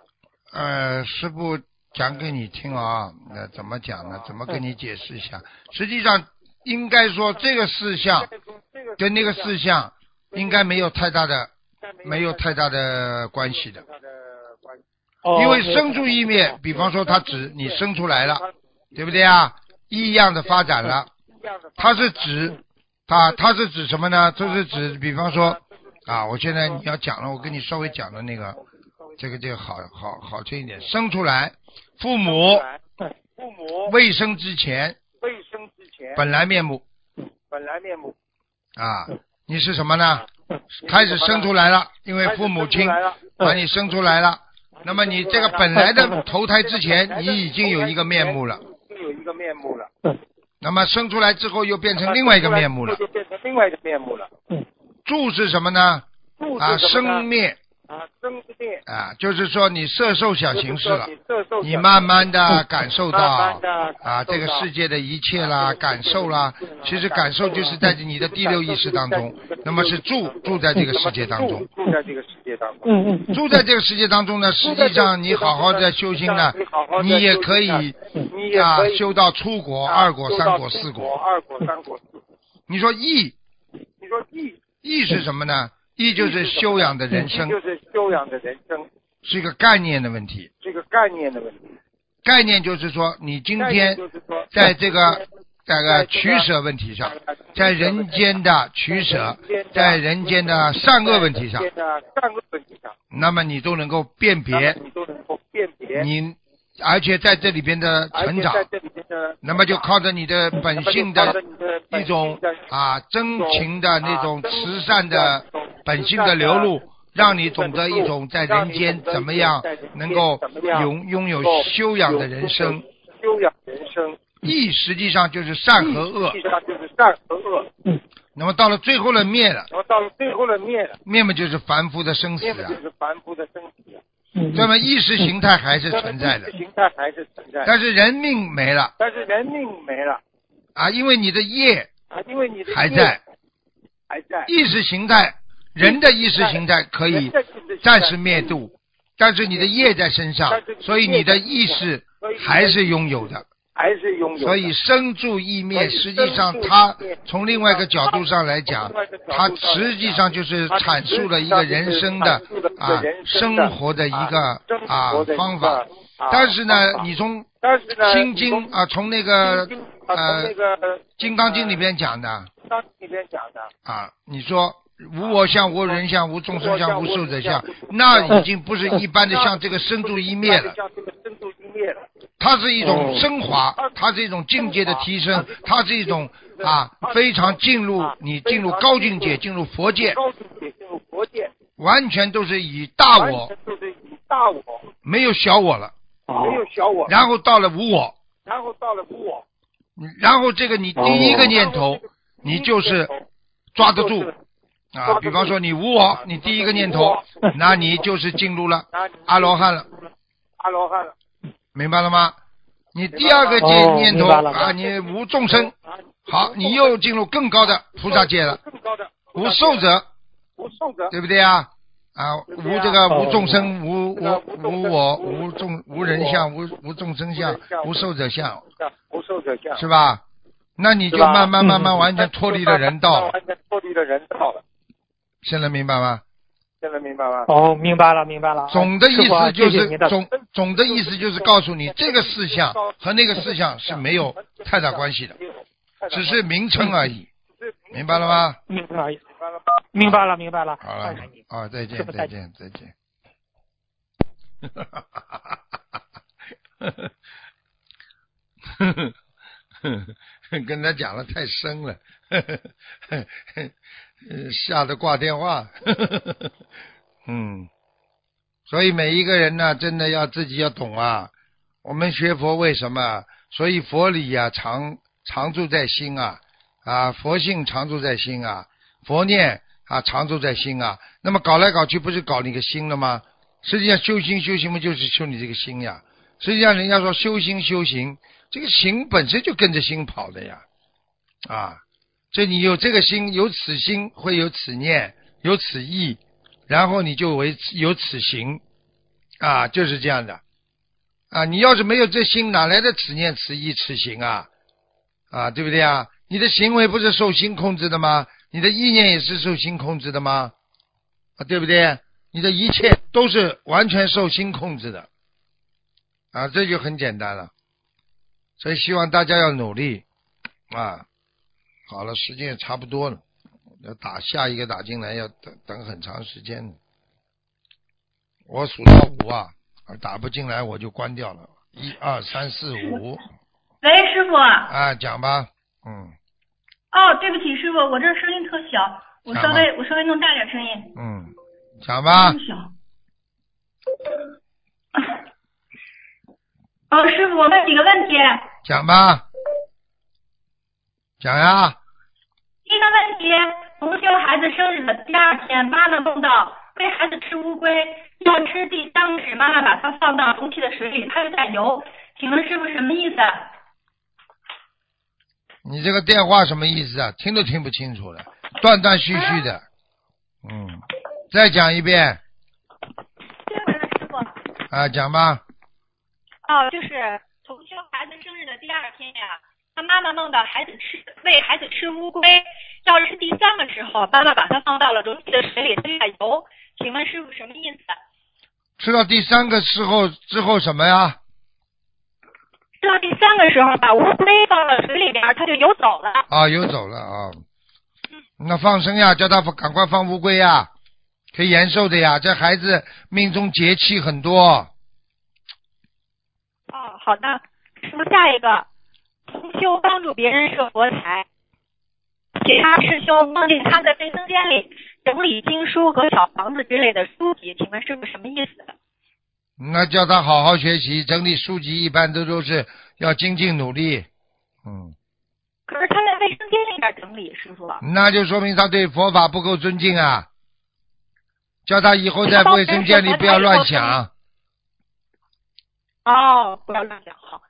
呃，师傅讲给你听啊，那怎么讲呢？怎么跟你解释一下？实际上应该说这个事项跟那个事项应该没有太大的没有太大的关系的，
哦，
因为生住意灭，比方说它指你生出来了，对不对啊？异样的发展了，它是指它它是指什么呢？这是指比方说啊，我现在你要讲了，我跟你稍微哦讲的那个，这个这个好好好听一点，生出来，父母
父母
未生之前
未生之前
本来面目
本来面目，
啊，你是什么呢？开始啊生出来了，因为父母亲
来了，
把你生出来了，那么你这个本来 <laughs>
<laughs>
的投胎之前，你已经有一个面目了。
就有一个面目了，
嗯
啊
那么生出来之后又变成另外一个面目了。
就变成另外一个面目了。
住是什么呢？
住
啊，
是什么
生
呢
灭
啊，生灭，
啊，就是说你色受想行识了
就是说，你色受
你
想
慢慢的感受
慢
到
慢地
啊这个世界的一切啦，感受啦，其实感受就是在你的第六意识当中，那么是住住在这个世界当中。
住在这个世界当中，
嗯嗯嗯，
住在这个世界当中呢，实际上你好好的修心呢，你也可以
你也
啊
可以
修到出国、二国、
修
三
到
国、四
中
国。
二国、三国、四国。
你说义
你说义
义是什么呢？义就是修养的人生，
就是修养的人生
是一个概念的问题。
这个概念的问题。
概念就是说，你今
概念
天
就是说，
在这个这个
在这个
取舍问题上，在人间的取舍，在人间的善恶问题上
在，善恶问题上，
那么你都能够辨别
那么你都能够辨别，
你，而且在这里边的
而且
成长
在，这里面的
那么就靠着你的本性
那么就靠着
的
你的本
一
性
种
的
啊真情的那种慈善的本性的
的
流露
本性的流露，
让你懂得一种在人间怎么样能够
让你懂得一种在人间怎么样
拥拥有
能够
修养的人生。
修养人生，
义实际上就是善和恶
实际，上就是善和恶。
那么到了最后的灭了，
然后到了最后的灭了，
灭嘛就是凡夫的生死
灭了
啊
就，是凡夫的生死啊，
那么意识形态还是存在的
这个意识，形态还是存在的，
但是人命没了
但是人命没了，
啊，因为你的业
啊，因为你的
还
业
在，
还在，
意识形态，人的意识形态可以暂时灭度，但是你的业在身上，所以你的意识
嗯
还是拥有的。
还是拥有的，
所以生住意灭，实际上它从另外一个角度上来讲，它实际上就是
啊
阐述了一个人生的啊生活的一个啊方法。
啊
但是呢，你从
但是呢，
心经啊，从那个
心经啊从
呃
那个《
金刚经里边讲的
金刚》里边讲的，
啊，你说。无我相、无人相、无众生相、无寿者相，呃那已经不是一般的像这个生住意灭了，
像这个深度一灭了，
它是一种升华，它是一种境界的提升，它是一种啊非常进入你进入高境界、进入佛界，
高度解进入佛界，
完全都是以大
完
我
全就是以大我，
没有小我了，
没有小我，
然后到了无我，
然后到了我，
你然后这个你第一个
哦
念头，你就是抓得住
抓
啊，
得
比方
住
说你无我，你第一个念头， <laughs> 那你就是进入了阿罗汉了，
阿罗汉了，
明白了吗？你第二个念
哦
念头
明白了
啊，你无众生，
啊
好，你又进入更高的菩萨界了，
更高的
无受者，
无受者，
对不对啊？啊，无这个无众生，无
这个
无
无
无
众生
我，
无
无众无人相，无无众生相
无人，相
无受者相，
无受者相
是吧？那你就是
吧
慢慢慢
嗯
慢完全脱离了人道了，
完全脱离了人道了，
现在明白吗？
现在明白吗？
哦，明白了，明白了。
总的意
师傅啊
思就
谢谢
是
您的
总总的意思就是告诉你，这个事项和那个事项是没有太大关系的，只是名称而已，
嗯
明白了吗？
明白了，明白了，明白了。
好了
哎，
啊，再见
师，傅
<laughs> 再
再
见，再见。 <laughs> 跟他讲了太深了，吓得挂电话。嗯，所以每一个人呢，真的要自己要懂啊。我们学佛为什么？所以佛理呀、常常住在心啊，啊，佛性常住在心啊，佛念啊常住在心啊。那么搞来搞去，不是搞你个心了吗？实际上修心修行嘛，就是修你这个心呀。实际上人家说修心修行，这个行本身就跟着心跑的呀，啊，这你有这个心，有此心会有此念，有此意，然后你就为有此行，啊，就是这样的。啊，你要是没有这心，哪来的此念、此意、此行啊？啊，对不对啊？你的行为不是受心控制的吗？你的意念也是受心控制的吗？啊，对不对？你的一切都是完全受心控制的，啊，这就很简单了。所以希望大家要努力啊！好了，时间也差不多了，要打下一个打进来要等等很长时间的。我数到五啊，啊打不进来我就关掉了。一二三四五，
喂，师傅。
啊，讲吧，嗯
哦，对不起，师傅，我这声音特小，我稍微我稍微弄大点声音。
嗯，讲吧
这么，小。哦，师傅，我问几个问题。
讲吧，讲呀、
第一个问题，同修孩子生日的第二天，妈妈梦到喂孩子吃乌龟，要吃第三指，妈妈把它放到容器的水里，它就在游。请问师傅什么意思？啊
你这个电话什么意思啊？听都听不清楚了，断断续续的。嗯，再讲一遍
对，我的师傅。
啊，讲吧。
哦，就是同修孩子生日的第二天呀、他妈妈梦到孩子吃喂孩子吃乌龟，要是第三个时候，妈妈把它放到了容器的水里，它就在游。请问师傅什么意思？啊
吃到第三个时候之后什么呀？
吃到第三个时候，把乌龟放到水里边，它就游走了。
啊，游走了啊。那放生呀，叫他赶快放乌龟呀，可以延寿的呀。这孩子命中节气很多。
哦，好的。师傅，下一个，同修帮助别人设佛台，其他师兄梦见他在卫生间里整理经书和小房子之类的书籍，请问师傅什么意思？啊
那叫他好好学习，整理书籍一般都都是要精进努力。嗯，
可是他在卫生间里边整理，师傅。
那就说明他对佛法不够尊敬啊。叫他以后在
那到
卫生间里不要乱想。
哦，不要乱讲好。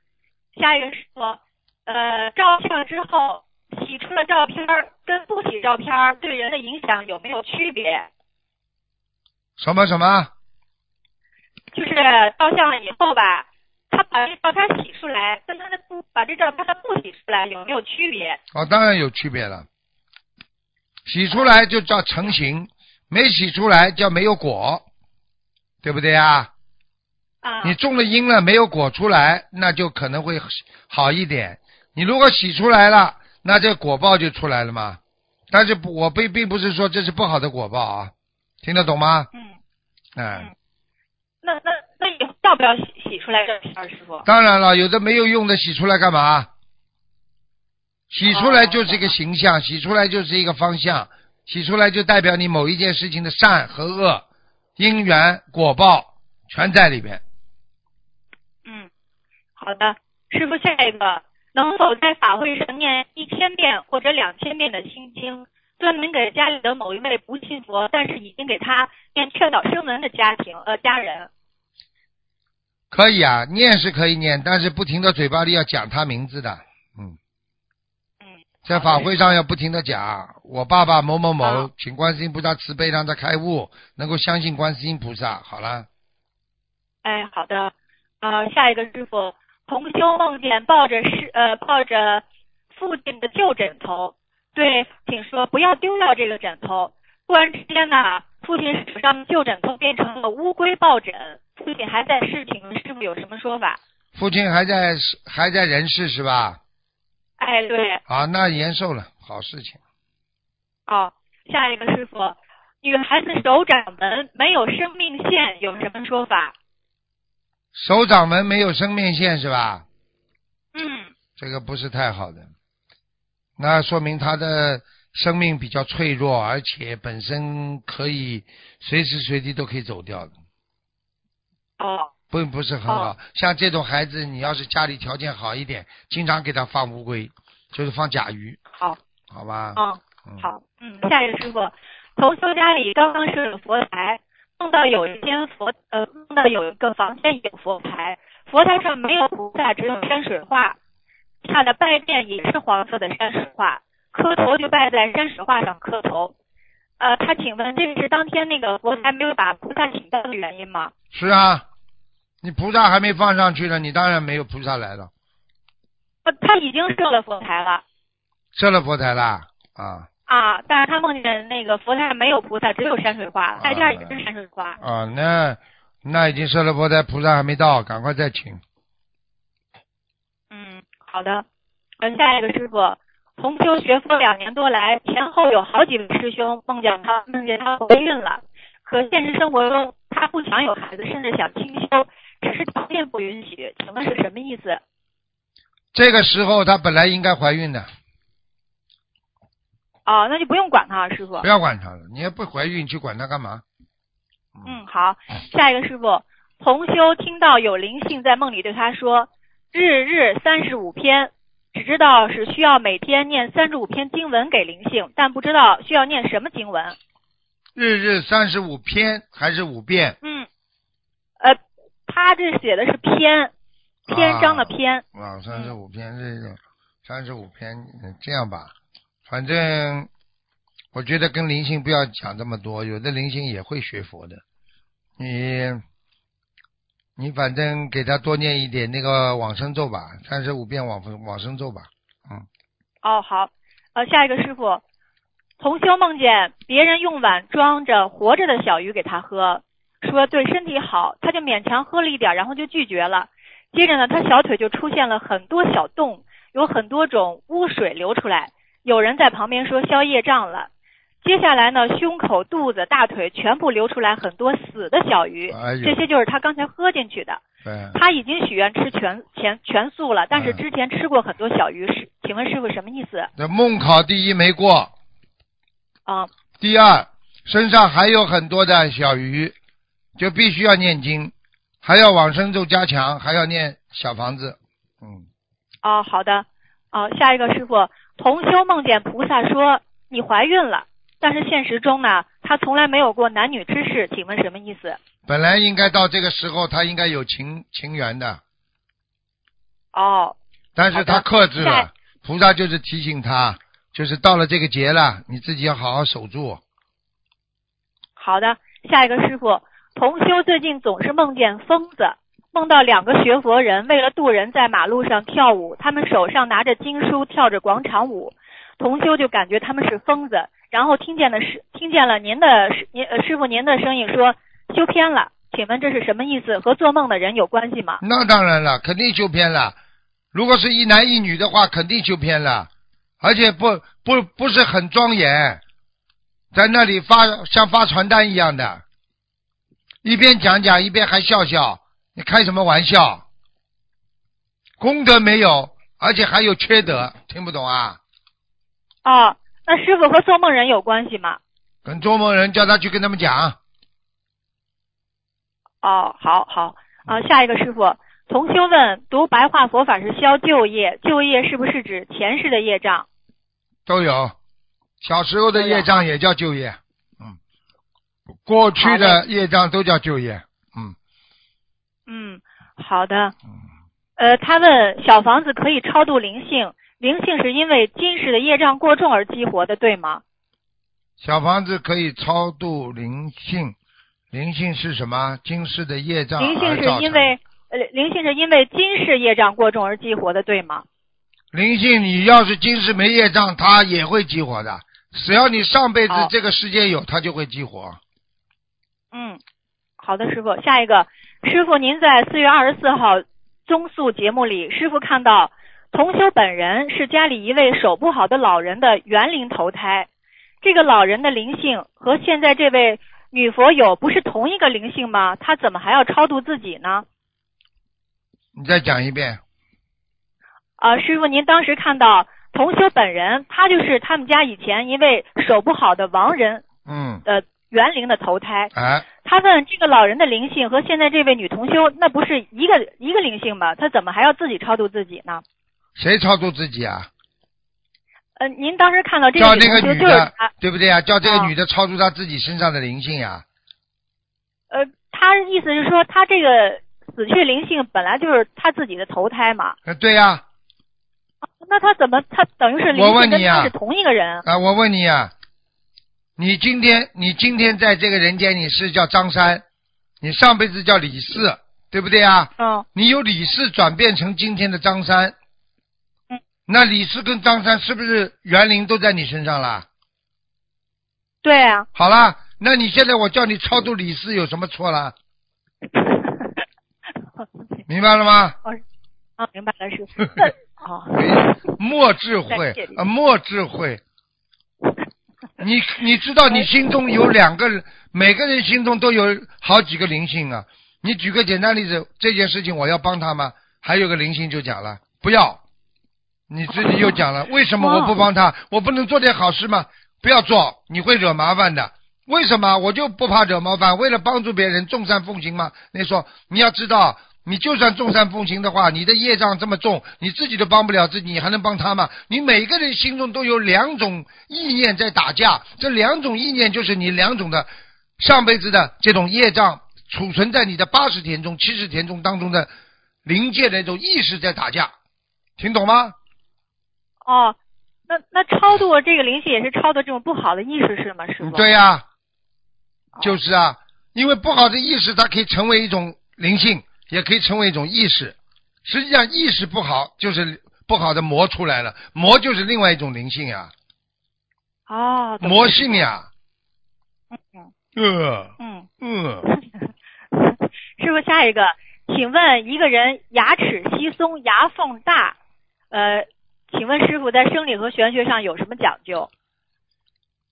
下一个是说，呃，照相之后洗出了照片儿跟不洗照片儿对人的影响有没有区别？
什么什么？
就是照相了以后吧，他把这照片儿洗出来，跟他的不把这照片儿他不洗出来有没有区别？
哦，当然有区别了。洗出来就叫成型，没洗出来叫没有果，对不对啊？
啊、
你种了因了，没有果出来，那就可能会好一点。你如果洗出来了，那这果报就出来了嘛。但是不我并并不是说这是不好的果报啊，听得懂吗？
嗯，
哎、
那那那以后要不要洗洗出来照片儿，师傅？
当然了，有的没有用的洗出来干嘛？洗出来就是一个形象，洗出来就是一个方向，洗出来就代表你某一件事情的善和恶、因缘果报全在里边。
嗯，好的。师傅，下一个能否在法会上念一千遍或者两千遍的心经，专门给家里的某一位不信佛，但是已经给他念劝导声闻的家庭呃家人？
可以啊，念是可以念，但是不停的嘴巴里要讲他名字的，嗯，
嗯，
在法会上要不停的讲，我爸爸某某某
啊，
请观世音菩萨慈悲，让他开悟，能够相信观世音菩萨。好了，
哎，好的。呃，下一个师傅，同修梦见抱着是呃抱着父亲的旧枕头，对，请说不要丢掉这个枕头。突然之间呢，父亲手上的旧枕头变成了乌龟抱枕，父亲还在世，请问师傅有什么说法？
父亲还在还在人世是吧？
哎，对，
啊，那延寿了，好事情。
哦，下一个师傅，女孩子手掌纹没有生命线，有什么说法？
手掌纹没有生命线是吧？
嗯，
这个不是太好的，那说明他的生命比较脆弱，而且本身可以随时随地都可以走掉的。
哦，
并不是很好。
哦
像这种孩子，你要是家里条件好一点，经常给他放乌龟，就是放甲鱼，
好，
好吧？
嗯。
嗯，
好，嗯，下一个师傅，同修家里刚刚设了佛台，梦到有一间佛，呃，梦到有一个房间有佛牌，佛台上没有菩萨，只有山水画，下的拜殿也是黄色的山水画，磕头就拜在山水画上磕头。呃，他请问这是当天那个佛台没有把菩萨请到的原因吗？
是啊，你菩萨还没放上去呢，你当然没有菩萨来了，
呃，他已经设了佛台了
设了佛台啦啊
啊，但是他梦见那个佛台上没有菩萨，只有山水画，拜垫也是山水画。
啊，那那已经设了佛台，菩萨还没到，赶快再请。
嗯，好的。嗯，下一个师傅，同修学佛两年多来，前后有好几位师兄梦见他梦见他怀孕了，可现实生活中他不想有孩子，甚至想清修，只是条件不允许，请问是什么意思？
这个时候她本来应该怀孕的，
哦，那就不用管他了，师傅
不。要管她了，你也不怀孕，去管她干嘛？
嗯，好。下一个师傅，同修听到有灵性在梦里对他说：“日日三十五篇。”只知道是需要每天念三十五篇经文给灵性，但不知道需要念什么经文。
日日三十五篇还是五遍？
嗯，呃，他这写的是篇，篇章的篇。嗯
啊，三十五篇这个，三十五篇嗯这样吧，反正我觉得跟灵性不要讲这么多，有的灵性也会学佛的，你你反正给他多念一点那个往生咒吧，三十五遍往生往生咒吧，
哦，好，呃，下一个师傅，同修梦见别人用碗装着活着的小鱼给他喝，说对身体好，他就勉强喝了一点，然后就拒绝了。接着呢，他小腿就出现了很多小洞，有很多种污水流出来。有人在旁边说消业障了。接下来呢，胸口、肚子、大腿全部流出来很多死的小鱼，
哎呦哎
这些就是他刚才喝进去的。
对，
他已经许愿吃全全全素了，但是
嗯
之前吃过很多小鱼，是请问师傅什么意思？
这梦考第一没过，
啊、
第二身上还有很多的小鱼，就必须要念经，还要往生咒加强，还要念小房子，嗯。
哦，好的，哦，下一个师傅，同修梦见菩萨说你怀孕了，但是现实中呢，他从来没有过男女之事，请问什么意思？
本来应该到这个时候，他应该有情情缘的，
哦，
但是他
好的
克制了
下。
菩萨就是提醒他，就是到了这个节了，你自己要好好守住。
好的，下一个师傅，同修最近总是梦见疯子，梦到两个学佛人为了渡人在马路上跳舞，他们手上拿着经书跳着广场舞，同修就感觉他们是疯子，然后听见的是听见了您的师您呃师傅您的声音说修偏了，请问这是什么意思？和做梦的人有关系吗？
那当然了，肯定修偏了。如果是一男一女的话，肯定修偏了，而且不不不是很庄严，在那里发像发传单一样的，一边讲讲一边还笑笑，你开什么玩笑？功德没有，而且还有缺德，听不懂啊？
哦，那师傅和做梦人有关系吗？
跟做梦人叫他去跟他们讲，
哦，好好，呃，下一个师傅，同修问：读白话佛法是消旧业，旧业是不是指前世的业障？
都有。小时候的
都有
业障也叫旧业，嗯，过去的业障都叫旧业，嗯，
嗯，好的。呃，他问：小房子可以超度灵性，灵性是因为今世的业障过重而激活的，对吗？
小房子可以超度灵性，灵性是什么？今世的业障
灵性
而造
是
成
因为呃，灵性是因为今世业障过重而激活的，对吗？
灵性，你要是今世没业障，它也会激活的。只要你上辈子
好
这个世界有，它就会激活。
嗯，好的，师傅。下一个，师傅，您在四月二十四号综述节目里，师傅看到同修本人是家里一位手不好的老人的园林投胎，这个老人的灵性和现在这位女佛友不是同一个灵性吗？她怎么还要超度自己呢？
你再讲一遍，
啊，师傅，您当时看到同修本人，他就是他们家以前一位手不好的亡人
嗯，
呃园林的投胎，
哎，
他问这个老人的灵性和现在这位女同修，那不是一个一个灵性吗？他怎么还要自己超度自己呢？
谁超度自己啊？
呃，您当时看到这
叫
个
那个
女同修
女
就是
的
她，，
对不对啊？叫这个
啊
女的超度她自己身上的灵性啊呀、
呃，她意思是说，她这个死去灵性本来就是她自己的投胎嘛，
啊？对呀、啊，
那她怎么她等于是灵
我问
性跟
你啊
她是同一个人？
我问你呀、啊你今天你今天在这个人间你是叫张三，你上辈子叫李四，对不对啊？
嗯
你由李四转变成今天的张三，
嗯，
那李四跟张三是不是园林都在你身上啦？
对啊， <laughs>
好啦，那你现在我叫你超度李四有什么错啦？明白了
<laughs>
吗？
啊，明白了，是那哦，
哎莫智慧
再见
啊，莫智慧。你你知道你心中有两个人，每个人心中都有好几个灵性啊。你举个简单例子，这件事情我要帮他吗？还有个灵性就讲了，不要。你自己又讲 <laughs> 了，为什么我不帮他？我不能做点好事吗？不要做，你会惹麻烦的。为什么我就不怕惹麻烦？为了帮助别人，众善奉行吗？你说你要知道，你就算众善奉行的话，你的业障这么重，你自己都帮不了自己，你还能帮他吗？你每个人心中都有两种意念在打架，这两种意念就是你两种的上辈子的这种业障储存在你的八十田中、七十田中当中的灵界的那种意识在打架，听懂吗？
哦，那那超度这个灵性也是超度这种不好的意识是吗，师傅？
嗯对呀、就是啊，因为不好的意识，它可以成为一种灵性，也可以成为一种意识。实际上，意识不好就是不好的魔出来了，魔就是另外一种灵性呀、
哦，懂了
魔性呀、
嗯
呃
嗯。
呃，
<laughs> 师傅，下一个，请问一个人牙齿稀松、牙缝大，呃，请问师傅在生理和玄学上有什么讲究？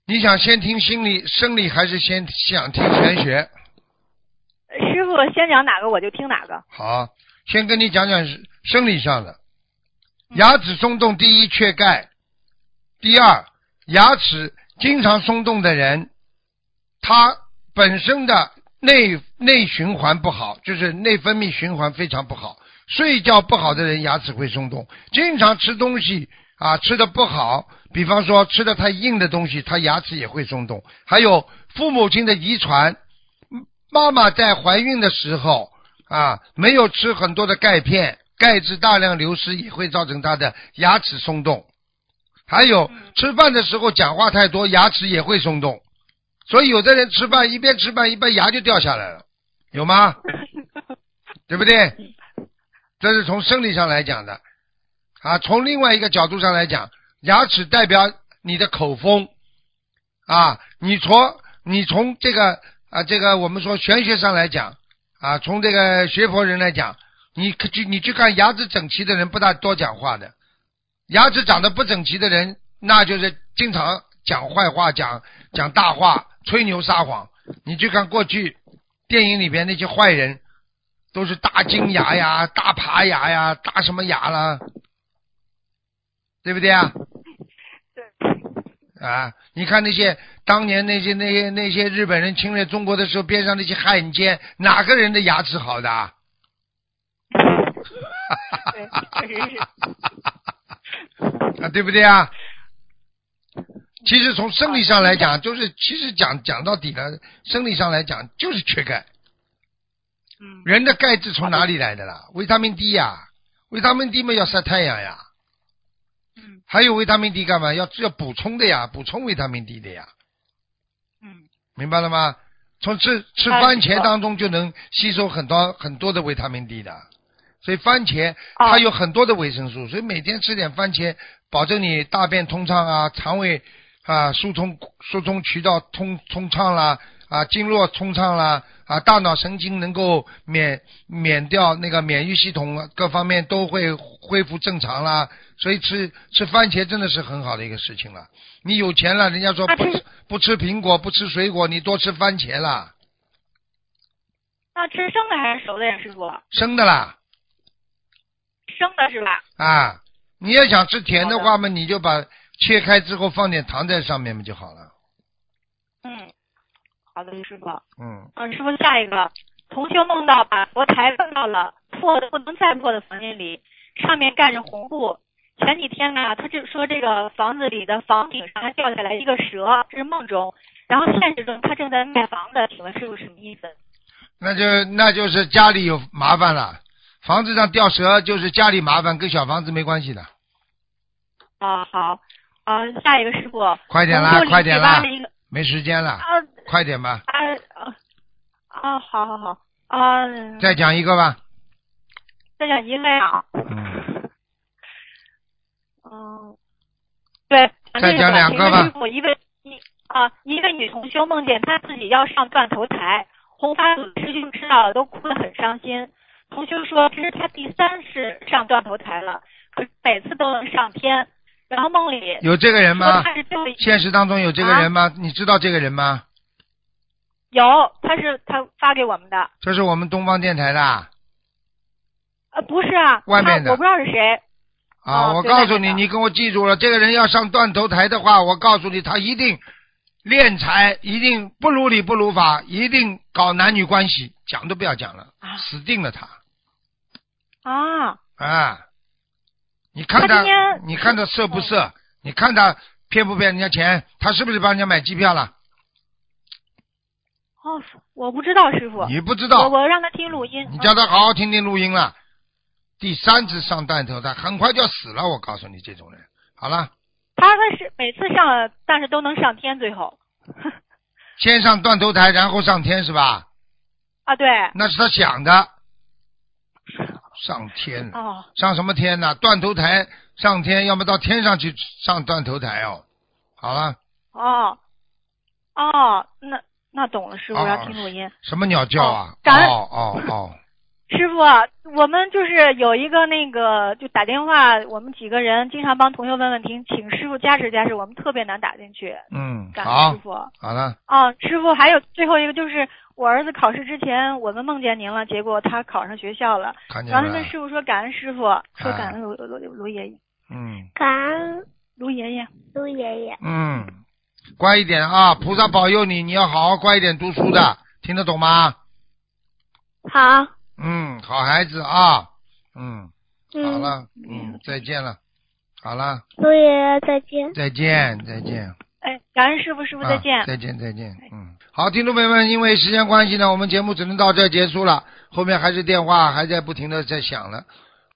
你想先听心理生理，还是先想听玄学？
呃师傅先讲哪个我就听哪个。
好，先跟你讲讲生理上的，牙齿松动，第一缺钙，第二牙齿经常松动的人，他本身的内内循环不好，就是内分泌循环非常不好。睡觉不好的人牙齿会松动，经常吃东西啊吃的不好，比方说吃的太硬的东西，他牙齿也会松动。还有父母亲的遗传，妈妈在怀孕的时候啊，没有吃很多的钙片，钙质大量流失也会造成她的牙齿松动。还有吃饭的时候讲话太多，牙齿也会松动。所以有的人吃饭一边吃饭一边牙就掉下来了，有吗？对不对？这是从生理上来讲的，啊，从另外一个角度上来讲，牙齿代表你的口风，啊，你从你从这个啊这个我们说玄学上来讲，啊，从这个学佛人来讲，你可去你去看牙齿整齐的人不大多讲话的，牙齿长得不整齐的人，那就是经常讲坏话、讲讲大话、吹牛撒谎。你去看过去电影里边那些坏人，都是大金牙呀、大爬牙呀、大什么牙啦，对不对啊？对。啊，你看那些当年那些那些那些日本人侵略中国的时候，边上那些汉奸，哪个人的牙齿好的啊？
确实是。
啊，对不对啊？其实从生理上来讲，就是其实讲讲到底了，生理上来讲就是缺钙。
嗯，
人的钙质从哪里来的啦？维他命 D 呀、维他命 D 嘛要晒太阳呀。
嗯。
还有维他命 D 干嘛？要要补充的呀，补充维他命 D 的呀，
嗯，
明白了吗？从吃吃
哎
番茄
我
当中就能吸收很多很多的维他命 D 的，所以番茄
哦
它有很多的维生素，所以每天吃点番茄，保证你大便通畅啊，肠胃啊疏通疏通渠道通通畅啦，啊经络通畅啦，啊大脑神经能够免免掉那个免疫系统啊各方面都会恢复正常啦，所以吃吃番茄真的是很好的一个事情了。你有钱了，人家说
那
不
这
吃不吃苹果不吃水果，你多吃番茄啦，
那吃生的还是熟的呀，师傅？
生的啦。
生的是吧？
啊，你要想吃甜的
好的
话嘛，你就把切开之后放点糖在上面嘛就好了。
嗯，好的，师傅。
嗯，
嗯，师傅，下一个同修梦到把佛台放到了破的不能再破的房间里，上面盖着红布。前几天呢、他就说这个房子里的房顶上还掉下来一个蛇，这是梦中。然后现实中他正在卖房子，请问师傅什么意思？
那就那就是家里有麻烦了，房子上掉蛇就是家里麻烦，跟小房子没关系的。
啊，好，啊，下一个师傅，
快点啦
同修
快点啦
0781一个
没时间了，
啊
快点吧，
啊啊啊，好好好啊，
再讲一个吧。
再讲一个呀，
嗯，
嗯，对，
再讲两个吧
师傅，一位一啊，一个女同修梦见她自己要上断头台，红发组师兄知道了都哭得很伤心。同修说这是她第三次上断头台了，可是每次都能上天。然后梦里
有这个人
说啊
吗？
她是最后一
现实当中有这个人吗？你知道这个人吗？
有，她是她发给我们的，
这是我们东方电台的啊！
呃，不是啊，
外面
她
的
我不知道是谁。
啊
哦
我
对外
告诉
面
你，
的
你跟我记住了，这个人要上断头台的话，我告诉你，他一定敛财，一定不如理不如法，一定搞男女关系，讲都不要讲了，
啊
死定了他
啊，
啊！你看
他
他
今天，嗯
你看他色不色？你看他骗不骗人家钱？他是不是帮人家买机票了？
哦，我不知道师傅，
你不知
我
道，
我让他听录音。
你
嗯
叫他好好听听录音了。第三次上断头台，很快就要死了，我告诉你，这种人。好了。
他他是每次上了，但是都能上天，最后
先上断头台，然后上天是吧？
啊，对，
那是他想的。上天，
哦，
上什么天呢、断头台上天，要么到天上去上断头台哦。好了，
哦，哦，那那懂了，师傅
哦
要听录音。
什么鸟叫啊
哦？感恩
哦哦哦，
师傅，我们就是有一个那个，就打电话，我们几个人经常帮同学问问题，请师傅加持加持，我们特别难打进去。
嗯，
感恩
好
师，傅。
好了，
啊，师傅，还有最后一个就是我儿子考试之前，我们梦见您了，结果他考上学校了，
看见
然后
了嗯
他跟
吧，
师傅说感恩师傅，说感恩卢卢卢卢爷爷，
嗯
感恩
卢爷爷。
卢爷爷，
嗯，乖一点啊，菩萨保佑你，你要好好乖一点读书的，听得懂吗？
好，
嗯，好孩子啊，嗯，好
嗯，
了，嗯，再见了，好了，
卢爷爷再见。
再见，再见。
哎，感恩师傅，师傅再见。
啊再见，再见。嗯，好，听众朋友们，因为时间关系呢，我们节目只能到这儿结束了。后面还是电话还在不停的在响了。